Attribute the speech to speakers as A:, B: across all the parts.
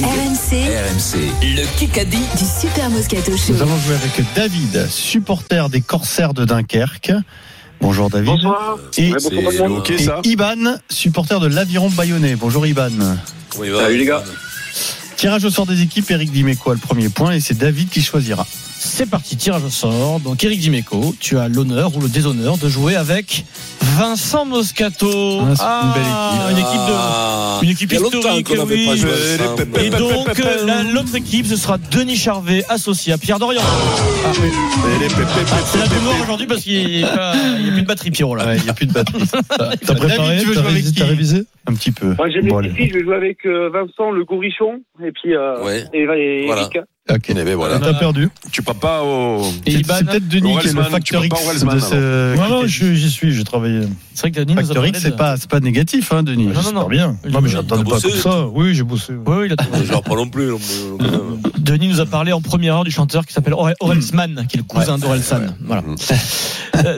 A: RMC
B: RMC. Le Kikadi.
A: du Super Moscato Show.
C: Nous allons jouer avec David, supporter des Corsaires de Dunkerque. Bonjour David.
D: Bonsoir.
C: Et,
D: Ouais, bonsoir, bonsoir.
C: et Iban, supporter de l'Aviron Bayonnais. Bonjour Iban.
D: Salut les gars.
C: Tirage au sort des équipes, Eric Dimeco a le premier point et c'est David qui choisira.
E: C'est parti, tirage au sort. Donc Eric Dimeco, tu as l'honneur ou le déshonneur de jouer avec Vincent Moscato.
C: Ah, c'est une belle équipe.
E: une équipe de
B: Ah. Il y
E: une équipe
B: a longtemps
E: historique,
B: qu'on n'avait
E: oui.
B: pas joué à ça.
E: Et donc euh, la- l'autre équipe, ce sera Denis Charvet associé à Pierre Dorian. Ah, c'est la mémoire aujourd'hui parce qu'il n'y a, pas- il y a plus de batterie Pierrot là.
C: Ouais, il n'y a plus de batterie. T'as t'as préparé
E: David,
C: tu veux jouer avec qui Un petit peu.
D: Moi j'ai mes
C: Bon,
D: petites
C: allez.
D: filles, je vais jouer avec euh, Vincent le gourrichon et puis euh,
B: Ouais.
D: et, et
B: Voilà.
D: Eric.
C: Ok.
F: Eh ben voilà.
C: T'as perdu.
F: Tu pars pas au.
E: Et
C: C'est
E: Iban,
C: c'est peut-être Denis qui est le
F: Orwellsman,
C: facteur
F: tu peux pas
C: X de
F: Orwellsman,
C: ce.
E: alors. Non, non, je-
C: j'y suis, j'ai travaillé.
E: C'est vrai que Denis nous a
C: Facteur X, c'est
E: parlé de- Ah,
C: pas, c'est pas négatif, hein, Denis.
E: Non, non,
C: J'espère
E: non.
C: bien.
E: Il-
C: Non, mais
E: il a
C: j'attendais pas
B: bossé.
C: pour ça. Oui, j'ai bossé.
E: Oui, oui, il a
B: Je leur parle non plus. non plus, quand même.
E: Denis nous a parlé en première heure du chanteur qui s'appelle Orel- Orelsan,
F: Mm.
E: qui est le cousin d'Orelsan. Voilà.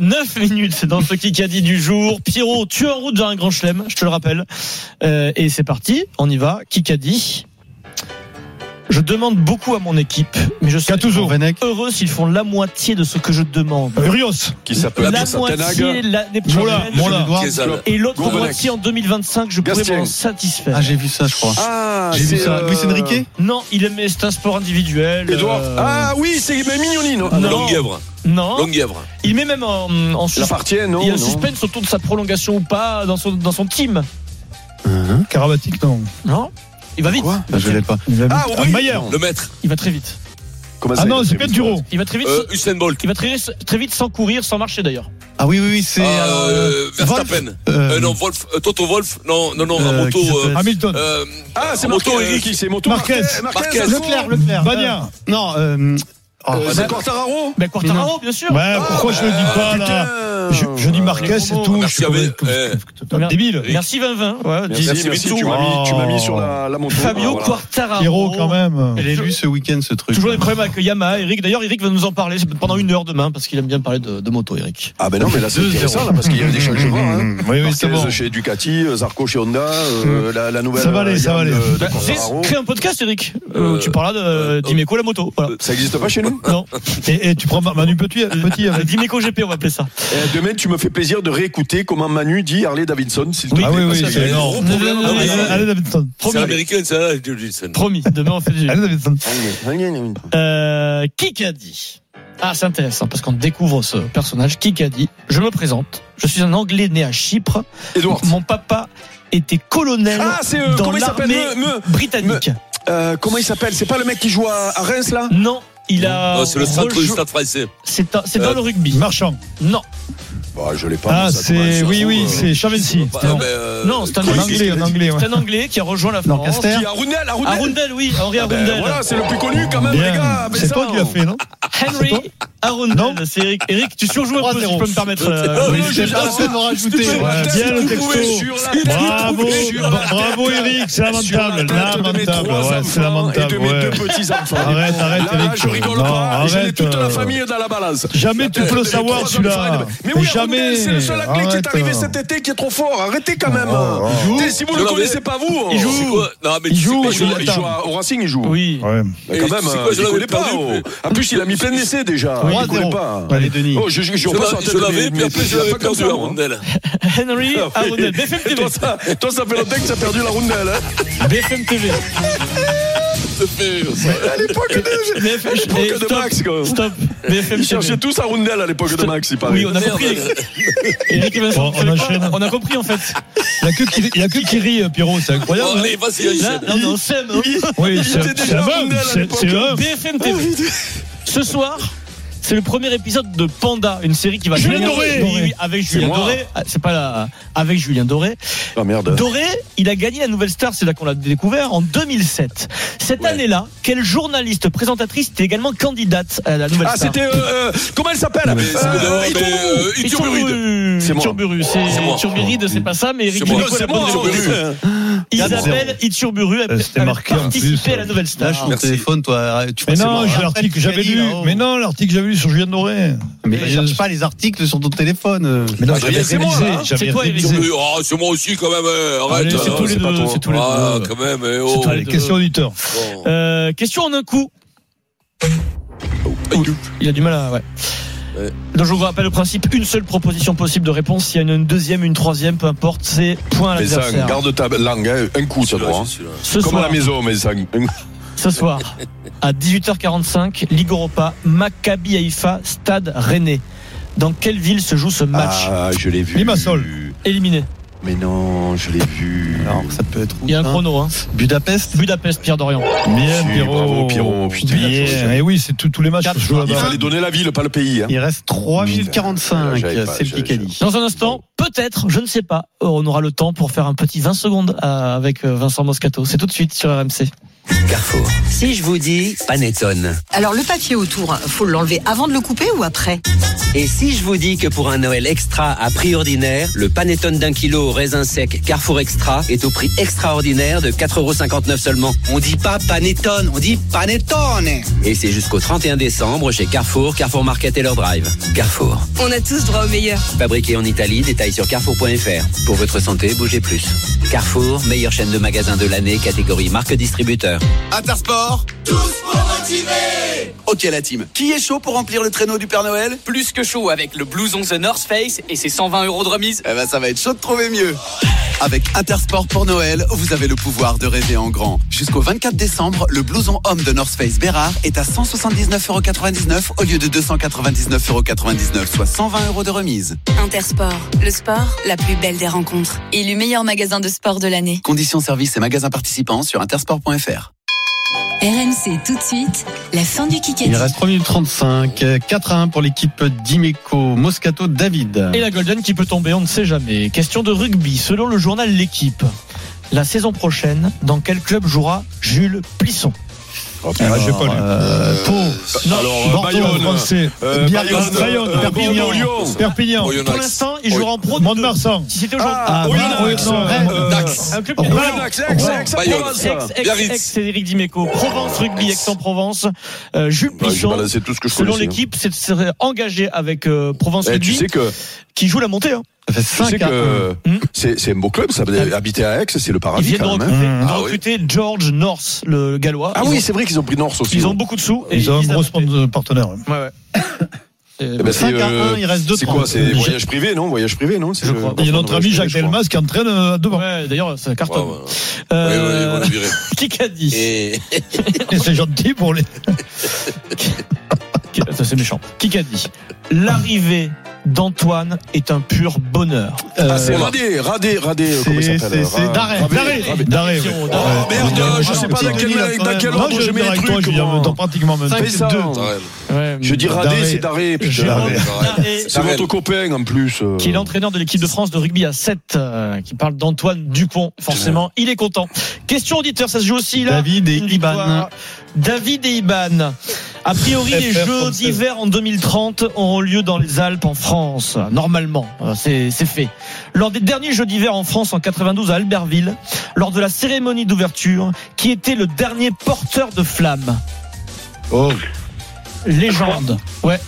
E: 9 minutes dans ce Kikadi du jour. Pierrot, tu es en route vers un grand chelem, je te le rappelle. Euh, et c'est parti, on y va. Kikadi. Je demande beaucoup à mon équipe, mais je suis
C: toujours Venec.
E: heureux s'ils font la moitié de ce que je demande.
C: Rios.
F: Qui s'appelle
E: La moitié
F: Satenag.
E: l'année
C: Mola,
E: prochaine.
C: Mola.
B: Kézal.
E: Et l'autre
F: Gourvenec.
E: moitié en 2025, je pourrais
F: Gastien.
E: m'en satisfaire.
C: Ah, j'ai vu ça, je crois.
F: Ah,
C: j'ai vu
F: c'est,
C: ça.
F: euh,
C: Luis Enrique
E: non, il aime c'est un sport individuel.
F: Edouard.
E: euh,
F: Ah oui, c'est mais Mignoni, non
B: Ah,
E: Non.
B: Longuèvre.
E: non.
B: Longuèvre.
E: Il met même en, en
F: Il
E: suspense.
F: appartient, non
E: Il y a un
F: non.
E: suspense autour de sa prolongation ou pas dans son, dans son team.
C: Karabatic, Hein, non.
E: Non Il va vite.
F: Quoi
C: Je l'ai pas.
F: Ah,
C: Ah,
F: oui
C: Maillard.
B: Le maître.
E: Il va très vite.
F: Comment ça,
C: Ah
F: il
C: non,
F: a
C: c'est
F: fait
C: Pedro.
E: Il va très vite.
B: Euh, Usain Bolt.
E: Il va très, très vite sans courir, sans marcher d'ailleurs.
C: Ah oui, oui, oui, c'est.
B: Euh, Verstappen.
C: euh,
B: Euh, non, Wolf. euh, Toto Wolf. Non, non, non,
C: euh,
B: en moto.
C: qui s'appelle-
B: euh,
C: Hamilton.
B: euh,
F: Ah, c'est
B: en
F: Moto,
B: moto,
F: Eric,
B: Eric.
F: c'est Moto.
C: Marquez.
B: Marquez.
C: Leclerc, Leclerc. Bagna. Non, euh. oh,
F: Euh,
C: bah,
F: C'est Quartararo
E: Mais Quartararo, bien sûr.
C: Ouais, pourquoi je le dis pas, là
F: Putain.
C: je, je dis
E: Les
C: Marquez, c'est
E: gros
C: tout.
E: mots.
C: je
B: Merci,
C: suis
B: Abel.
C: comme-
B: Eh.
F: Euh,
C: comme- débile.
E: Merci 2020. Ouais,
F: Merci,
E: dis-
F: merci,
B: Bitou.
F: tu m'as mis, tu m'as mis sur la, la moto.
E: Fabio
F: Ah, voilà.
E: Quartararo.
C: Pierrot, quand même.
E: Elle est lue
C: ce week-end, ce truc.
E: Toujours les problèmes avec Yamaha, Eric. D'ailleurs, Eric va nous en parler pendant une heure demain parce qu'il aime bien parler de, de moto, Eric.
F: Ah ben non, mais là c'est
C: 2-0.
F: intéressant là, parce qu'il y a des changements. Hein.
C: Mm, Oui, oui,
F: Marquez
C: c'est bon.
F: chez Ducati, euh, Zarco chez Honda, euh, la, la nouvelle.
C: Ça va aller,
F: euh,
C: ça va
F: Yann,
C: aller.
F: euh, de
E: Bah, c'est-
F: Quartararo.
E: crée un podcast, Eric. Euh,
B: Euh,
E: tu parles de
B: euh,
E: Dimeco, la moto. Voilà.
F: Ça existe pas chez nous
E: non. Euh,
C: Et, et tu prends Manu Petit, petit avec.
E: Dimeco GP, on va appeler ça.
F: Eh, Demain, tu me fais plaisir de réécouter comment Manu dit Harley Davidson, s'il te
E: Oui.
F: plaît.
C: Ah oui,
F: parce
C: oui,
F: que-
C: c'est énorme.
B: Gros problème,
E: Non, mais
C: Allez,
E: c'est-
C: allez, Davidson.
B: C'est
E: Promis.
B: américain, ça là, Judson.
E: Promis, demain on fait du.
C: Allez, Davidson.
E: Euh, Kikadi. Ah, c'est intéressant parce qu'on découvre ce personnage. Kikadi. Je me présente. Je suis un Anglais né à Chypre.
F: Edouard.
E: Mon papa était colonel
F: Ah, c'est euh,
E: dans
F: comment il s'appelle
E: l'armée
F: me- me-
E: britannique.
F: euh, Comment il s'appelle C'est pas le mec qui joue à, à Reims là
E: Non, il a.
B: Non, c'est le centre
E: rejou-
B: du stade français.
E: C'est un- c'est dans
B: Euh,
E: le rugby.
C: Marchand.
E: Non,
F: Bah, je l'ai pas.
C: Ah,
F: moi, ça,
C: c'est.
F: Thomas,
C: Oui,
F: ça,
C: oui,
F: euh,
C: c'est Chavency.
B: Bah,
C: Non.
B: ben, euh,
E: non, c'est un
B: Cruyff.
C: En anglais, en anglais,
F: ben.
C: ouais.
E: c'est un Anglais qui a rejoint la France.
C: Lancaster.
F: Qui Arundel, Arundel.
E: Arundel, oui, Henri
F: Ah ben,
E: Arundel.
F: voilà, c'est le plus connu quand même, les gars.
C: Bien.
F: mais
C: C'est
F: ça,
C: toi qui l'as fait, non
E: Henry
C: Ah, Non.
E: Arundel. C'est Eric. Eric, tu surjoues un peu si je
C: 3-0.
E: peux me permettre. euh,
B: Non,
C: Oui,
B: non,
C: c'est
B: j'ai-
C: pas
B: ah,
C: assez de
F: tu
C: rajouter.
F: peux
C: Ouais,
F: mettre
C: Bien
F: tout
C: le
F: trouvé
C: texto.
F: sur la tête,
C: Bravo,
F: tout trouvé sur la tête.
C: bravo Eric, c'est
F: Sur la
C: lamentable,
F: tête de mes
C: lamentable,
F: trois
C: ouais, c'est
F: enfants
C: lamentable.
F: Et de mes
C: ouais.
F: deux petits-enfants.
C: Arrête, arrête,
F: Là,
C: Eric.
F: je rigole
C: Non,
F: pas. J'ai
C: arrête,
F: toute
C: euh,
F: la famille dans la balance.
C: Jamais tu peux le
F: Les
C: savoir
F: trois
C: celui-là.
F: hommes Mais oui,
C: jamais.
F: Arundel, c'est le seul anglais qui est
C: Arrête.
F: arrivé cet été qui est trop fort. Arrêtez quand même.
C: Oh, oh.
F: T'sais, Si vous ne
B: Non,
F: le
B: mais-
F: connaissez pas, vous.
B: Il
F: on- c'est
B: joue.
F: quoi
B: Non, mais
C: Il
B: tu sais
C: joue,
B: quoi,
F: Il
B: je
F: joue,
B: l'ai-
F: il joue à- au Racing, il joue.
E: Oui.
C: Ouais.
F: Mais
B: Et
F: quand même,
B: c'est quoi,
F: euh,
B: je
F: je ne
B: l'avais
F: connais pas.
B: perdu,
F: oh.
B: mais-
F: En plus, il a mis plein d'essais déjà. Je ne
C: 3-0.
F: connais pas.
C: Allez, Denis.
F: Oh, je, je, je
B: Je
F: repasse en
B: l'avais-
F: tête
B: je
F: de
B: l'avais,
F: mes-
B: puis
F: mes
B: après
F: fils,
B: je l'avais
F: pas comme
B: perdu hein,
F: ça,
B: à
F: moi.
B: Rondelle.
E: Henry Ah,
F: Ah,
E: Arundel. BFM TV.
F: Toi, ça, toi, ça fait longtemps que t'as perdu la rondelle. Hein.
E: BFM TV.
F: À l'époque de,
E: BFM
F: à
E: Eh,
F: l'époque de
E: stop,
F: Max, quoi.
E: Stop. BFM
F: Ils cherchaient
E: TV.
F: tous la rondelle à l'époque de Max, il paraît.
E: Oui, on a
B: Merde.
E: compris. Eric et Vincent,
C: Bon, on
E: on,
C: enchaîne.
E: on a compris en fait.
C: Il n'y a, que qui- il y a que qui rit, euh, Pierrot, c'est
B: Bon,
F: Oh,
C: incroyable.
B: allez, vas-y, Yann.
E: Là, là, on est en SEM. hein.
C: Oui,
F: était
C: c'est
F: déjà
C: c'est un
F: rondel à Oh,
C: bug, c'est
F: l'époque.
C: c'est un.
E: BFM TV. Ce soir, C'est le premier épisode de Panda, une série qui va
F: Julien
E: démarrer-
F: Doré
E: Oui, oui, avec
F: C'est
E: Julien
F: moi.
E: Doré. Ah, C'est pas la, avec Julien Doré.
F: Ah merde.
E: Doré, il a gagné la nouvelle star, c'est là qu'on l'a découvert, en 2007. Cette
B: Ouais.
E: année-là, quelle journaliste présentatrice était également candidate à la nouvelle
F: Ah,
E: star
F: c'était. euh, euh, comment elle s'appelle
B: Mais c'est-
F: Euh,
B: mais,
F: Itourou.
B: euh,
E: Et
B: Iturbide.
E: Turburu.
F: C'est moi.
E: Turburu,
B: C'est moi.
E: c'est Turbide, c'est pas ça, mais Eric
B: C'est moi.
F: Non,
E: Nico,
F: c'est
E: la
F: moi,
E: bonne
B: Iturbide.
E: réponse.
F: Itourou.
E: Isabelle Iturburu
G: Euh,
E: a
G: C'était marqué en plus. euh,
E: participé à la nouvelle
G: Là,
E: star.
G: je suis au
B: Merci.
G: téléphone, toi. Tu
E: Mais
G: penses-
E: non,
G: c'est
E: j'ai
G: moi.
E: l'article que j'avais lu.
G: Mais non, l'article que j'avais lu sur Julien Doré.
E: Mais
G: oh. Mais
E: je-
G: je cherche pas les articles sur ton téléphone. Mais
B: Ah, j'avais c'est moi, révisé, hein.
E: j'avais C'est toi, révisé.
B: Iturbide. Oh, c'est moi aussi quand même. euh, Arrête.
E: Allez,
B: hein,
E: c'est tous les
B: pas
E: deux,
B: toi.
E: c'est tous les
B: Ah,
E: deux.
B: quand même. eh, oh.
E: tous les deux.
G: Question auditeur.
B: Bon.
E: Euh, question en un coup.
F: Oh,
B: Aïe,
E: Il a du mal à. Ouais.
B: Ouais.
E: Donc je vous rappelle le principe une seule proposition possible de réponse. Il y a une deuxième, une troisième, peu importe. C'est point à
F: Mais ça,
E: l'adversaire.
F: garde ta langue, hein, un coup, ça
B: celui-là,
F: droit. hein.
B: c'est celui-là.
E: Ce
F: Comme à
E: soir,
F: la maison, mais ça.
E: ce soir, à 18h45, Ligue Europa, Maccabi Haïfa, Stade Rennais. Dans quelle ville se joue ce match
F: Ah, je l'ai vu.
G: Limassol.
E: Éliminé.
F: Mais non, je l'ai vu.
G: Alors, ça peut être où
E: Il y a un
G: ça
E: chrono. Hein.
G: Budapest
E: Budapest, Pierre Dorian.
G: Bien,
F: Si,
G: Pierrot.
F: bravo, Pierrot, putain.
G: Bien.
C: Eh
G: Et oui, c'est tout- tous les matchs
E: Quatre
G: se jouent
E: fois.
F: Il
G: là-bas.
F: fallait donner la ville, pas le pays. hein.
G: Il reste
F: Putain,
G: 3045.
F: j'avais pas,
G: C'est le
F: j'avais-
G: Kikadi.
E: Dans un instant, peut-être, je ne sais pas, Euh, on aura le temps pour faire un petit 20 secondes à- avec euh, Vincent Moscato. C'est tout de suite sur RMC.
H: Carrefour. Si je vous dis panettone.
A: Alors le papier autour, faut l'enlever avant de le couper ou après
H: Et si je vous dis que pour un Noël extra à prix ordinaire, le panettone d'un kilo au raisin sec Carrefour Extra est au prix extraordinaire de 4,59€ seulement. On dit pas panettone, on dit panettone. Et c'est jusqu'au 31 décembre chez Carrefour, Carrefour Market et leur drive. Carrefour.
A: On a tous droit au meilleur.
H: Fabriqué en Italie, détail sur carrefour.fr. Pour votre santé, bougez plus. Carrefour, meilleure chaîne de magasins de l'année, catégorie marque distributeur.
I: Intersport Tous motivés Ok la team, qui est chaud pour remplir le traîneau du Père Noël Plus que chaud avec le blouson The North Face et ses 120 euros de remise. Eh ben ça va être chaud de trouver mieux Avec Intersport pour Noël, vous avez le pouvoir de rêver en grand. Jusqu'au 24 décembre, le blouson homme de North Face Bérard est à 179,99€ au lieu de 299,99€, soit 120€ de remise.
A: Intersport, le sport, la plus belle des rencontres. Élu meilleur magasin de sport de l'année.
I: Conditions services et magasins participants sur intersport.fr.
A: RMC tout de suite, la fin du Kikadi.
C: Il reste 3 minutes 35. 4 à 1 pour l'équipe d'Imeco. Moscato, David.
E: Et la Golden qui peut tomber, on ne sait jamais. Question de rugby. Selon le journal L'équipe, la saison prochaine, dans quel club jouera Jules Plisson
F: Oh, putain.
G: Alors,
C: j'ai pas lu.
G: euh, Pau,
F: Non, alors, euh,
G: Bordeaux,
F: Bayonne,
G: Français,
F: euh,
G: Biarritz,
F: Bayonne,
G: Bayonne,
F: euh,
G: Perpignan,
F: Bordeaux, Lyon.
G: Perpignan,
B: Oh, il y en a
E: Pour
B: un-
E: l'instant, il jouera en pro.
G: Mont-de-Marsan,
E: Si c'était aujourd'hui.
F: Ah,
G: Ah, Oyonnax,
F: Oyonnax, Rennes,
G: euh,
F: Dax.
E: Un club
G: Rouen.
E: Rouen.
F: Oyonnax, Aix,
E: Bah,
F: Aix, Aix-en-Provence.
E: Oh. Ex, ex,
B: Biarritz.
E: ex, c'est Eric Dimeco. Provence Rugby, Aix-en-Provence. Euh, Jules
F: Bah, J'ai
E: Plisson,
F: balancé tout ce que je
E: selon
F: connaissais. hein.
E: l'équipe, c'est- serait engagé avec euh, Provence
F: Eh,
E: Rugby
F: tu sais que,
E: qui joue la montée. hein.
C: Ça fait
F: tu sais
C: 5 à 1.
F: que
E: Hmm.
F: c'est c'est un beau club, ça habiter à Aix, c'est le
E: Ils
F: paradis
E: viennent de
F: quand même.
E: recruter,
F: hein.
E: de
F: Ah oui.
E: recruter George North, le gallois.
F: Ah
E: Ils
F: oui,
E: ont-
F: c'est vrai qu'ils ont pris Norse aussi. hein.
E: ils ont beaucoup de sous. et
G: ils ont un
E: visent à
G: gros
E: monter.
G: sponsor- partenaire.
E: Ouais, ouais.
F: Eh ben, c'est,
C: 5 à
F: euh,
C: 1, il reste 2
F: C'est quoi C'est voyage privé, non Voyage privé, non C'est
E: Je
F: le-
E: crois.
G: Il y a notre ami
F: Euh, je
G: Jacques
F: crois.
G: Delmas qui entraîne euh, devant.
E: Ouais, d'ailleurs, ça cartonne.
B: Ouais, ouais. Ouais, ouais, ils vont
E: Euh,
B: le virer.
E: Qui qu'a dit
B: Et-
G: Et C'est gentil pour les.
E: Qui- Ça, c'est méchant. Qui qu'a dit L'arrivée d'Antoine est un pur bonheur.
F: Ah, c'est Radé, Radé, Radé, euh, comment il
G: C'est
F: s'appelle
G: c'est- c'est
F: Ra-
G: d'arrêt.
F: Rabé,
G: D'arrêt.
F: Rabé.
G: D'arrêt.
E: Zéro,
G: ouais.
E: d'arrêt.
G: Ouais.
F: Merde,
G: Ouais.
F: je sais pas dans
G: Petit
F: quel-
G: Denis, là,
F: dans
G: quand même.
F: quel
G: Non, je
F: ordre je mets
G: vais
F: les
G: avec toi,
F: trucs,
G: Julien,
F: moi.
G: en même temps, pratiquement en même temps.
F: Fais ça.
G: Deux.
B: Tarel.
F: Je dis Radé,
G: D'arrêt.
F: c'est d'arrêt. putain.
G: Jérôme
E: Daré,
F: C'est votre copain en plus. euh.
E: qui est l'entraîneur de l'équipe de France de rugby à 7, euh, qui parle d'Antoine Dupont. Forcément, il est content. Question auditeur, ça se joue aussi là.
G: David et
E: Une victoire.
G: Iban.
E: David et Iban. A priori, les
G: FR
E: Jeux
G: français.
E: d'hiver en 2030 auront lieu dans les Alpes en France. Normalement, Euh, c'est c'est fait. Lors des derniers Jeux d'hiver en France en 92 à Albertville, lors de la cérémonie d'ouverture, qui était le dernier porteur de flammes
G: Oh,
E: Légende. Ouais.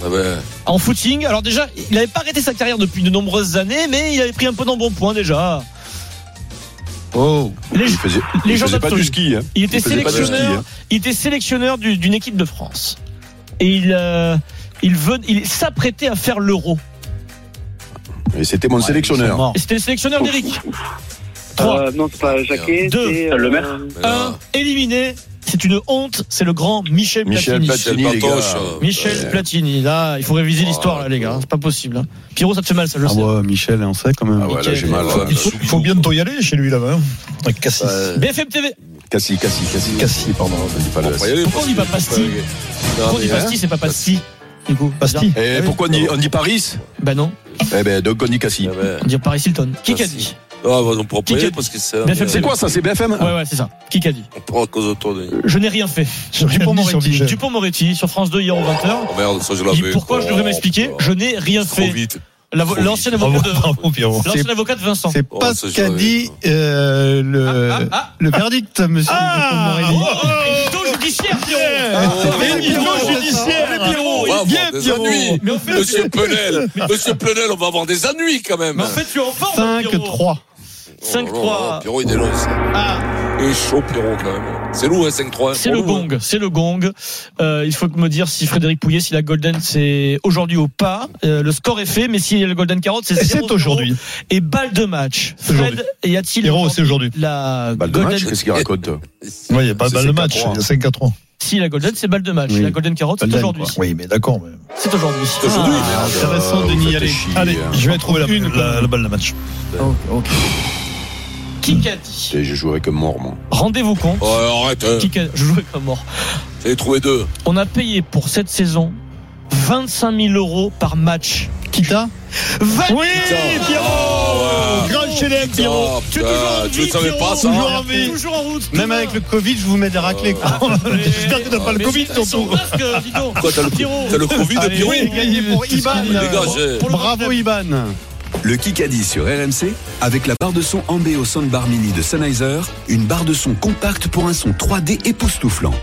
B: Ah ben,
E: En footing. Alors déjà, il n'avait pas arrêté sa carrière depuis de nombreuses années, mais il avait pris un peu d'embonpoint déjà.
G: oh.
E: Les-
F: Il faisait,
E: les
F: il
E: gens
F: faisait pas
E: d'Abtoli.
F: du ski. Hein.
E: Il était
F: Il faisait pas de
E: sélectionneur.
F: ski, hein.
E: Il était sélectionneur du- d'une équipe de France. Et il, euh, il, ven- il s'apprêtait à faire l'euro.
F: Et c'était mon sélectionneur.
E: Et C'était le sélectionneur d'Eric. 3,
D: Euh, non, c'est pas Jacquet.
E: Deux.
D: c'est,
E: Salle
D: euh,
E: Le Maire.
B: ben
E: 1, éliminé. C'est une honte, c'est le grand Michel,
F: Michel
E: Platini.
F: Platini,
B: Michel
F: les
B: Patoche,
F: gars.
B: euh,
E: Michel
F: Ouais.
E: Platini. Là, il faut réviser
B: Oh,
E: l'histoire, là, les gars. C'est pas possible. hein. Pierrot, ça te fait mal, ça, je le
G: Ah
E: sais.
G: ouais, Michel, on sait quand même.
F: Ah ouais, là, j'ai mal.
G: Il faut, il faut bientôt y aller chez lui là-bas. hein. Avec Cassis.
B: Ouais.
E: BFM TV.
F: Cassis, Cassis, Cassis.
C: Cassis, pardon.
F: On dit pas le S.
E: Pourquoi on dit pas Pasti
B: Ah,
E: Pourquoi on dit
F: mais,
E: Pasti,
F: hein
E: c'est pas Pasti Du coup,
C: Pasti.
E: bizarre.
F: Et pourquoi on dit, on dit Paris
E: Bah non,
F: Eh ben, donc on dit Cassis.
B: Ah ouais.
E: on dit Paris Hilton. Qui a
B: Pasti.
E: dit
B: Ah, bah, on pourra pas y aller
E: Kikadi.
B: parce que ça.
E: Bien fait,
F: C'est quoi ça C'est BFM
E: Ouais, ouais, c'est ça. Qui a dit
B: On prend à cause autour de.
E: Je n'ai rien fait.
C: Dupond-Moretti.
E: Dupont-Moretti sur France 2 hier aux 20h.
B: Oh merde, ça je l'avais.
E: Pourquoi je devrais
B: Oh,
E: m'expliquer
B: putain.
E: Je n'ai rien
B: Trop
E: fait.
B: vite.
E: L'avo-
B: Trop
E: L'ancien
B: vite.
E: avocat de.
C: Bravo, Pierrot.
E: L'ancien avocat de Vincent.
C: C'est
B: Oh,
C: pas
B: ça,
C: ce
B: je
C: qu'a
B: l'avais.
C: dit euh, le,
E: Ah, ah,
C: le verdict, monsieur
E: Ah
C: Dupond-Moretti.
E: Édito judiciaire,
C: Ah,
E: Pierrot
C: c'est bien,
E: Édito
C: Pierrot,
E: judiciaire
C: ça.
E: Pierrot
B: On va avoir des
C: Pierrot.
B: ennuis.
E: Mais en fait,
B: Monsieur Penel, Monsieur Penel, on va avoir des ennuis quand même.
E: mais en fait, tu es en forme,
C: 5-3.
B: Oh,
E: 5-3.
B: oh, Pierrot, il est long. ça.
E: Ah,
B: Il est chaud, Pierrot, quand même. C'est lourd, hein, 5-3. hein.
E: c'est le
B: Relou, hein.
E: gong, c'est le gong. Euh, il faut me dire si Frédéric Pouillet, si la Golden, c'est aujourd'hui ou pas. Euh, le score est fait, mais si la Golden Carotte, c'est
C: Et
E: 0
C: c'est aujourd'hui.
E: Et balle de match.
C: Aujourd'hui.
E: Fred, y a-t-il
C: Pierrot, c'est aujourd'hui.
E: la
F: Bah, le
E: Golden
F: match, qu'est-ce qu'il raconte
B: hein.
C: Oui, il n'y a pas
F: C'est
C: mal de
F: 5 à
C: match.
F: trois.
C: Il y a 5 à 3.
E: Si la Golden, c'est balle de match.
C: Oui.
E: La Golden Carotte, c'est aujourd'hui.
C: Oui, mais d'accord. mais-
E: C'est aujourd'hui.
B: C'est aujourd'hui.
E: Ah.
C: Intéressant,
F: vous
C: Denis.
F: faites
C: Allez,
F: chier,
C: allez,
F: hein.
C: je vais trouver la,
E: Une,
C: la, la balle de match.
E: Qui qu'a dit
F: J'ai joué avec un mort, moi.
E: Rendez-vous compte.
B: Ouais, arrête, hein.
E: Qui qu'a- Je jouais comme mort.
B: j'en ai trouvé deux.
E: On a payé pour cette saison 25 000 euros par match.
C: Kita
E: Oui,
B: Oh, ouais.
C: Grand chelem,
B: Pierrot. Ah, Tu es toujours
C: Euh,
B: en
E: Tu
B: vie, Pierrot.
C: hein. Toujours en vie.
E: Toujours en route.
C: Même avec le Covid, je vous mets des raclés.
B: Ah,
C: J'espère que tu n'as pas le Covid, ton tour.
B: Quoi, t'as le, t'as le Covid de
C: Allez,
B: Pierrot
C: oui, gagné pour Iban.
B: Dégage. eh.
C: Bravo, Iban.
I: Le Kikadi sur RMC avec la barre de son Ambeo Soundbar Mini de Sennheiser, une barre de son compacte pour un son 3D époustouflant.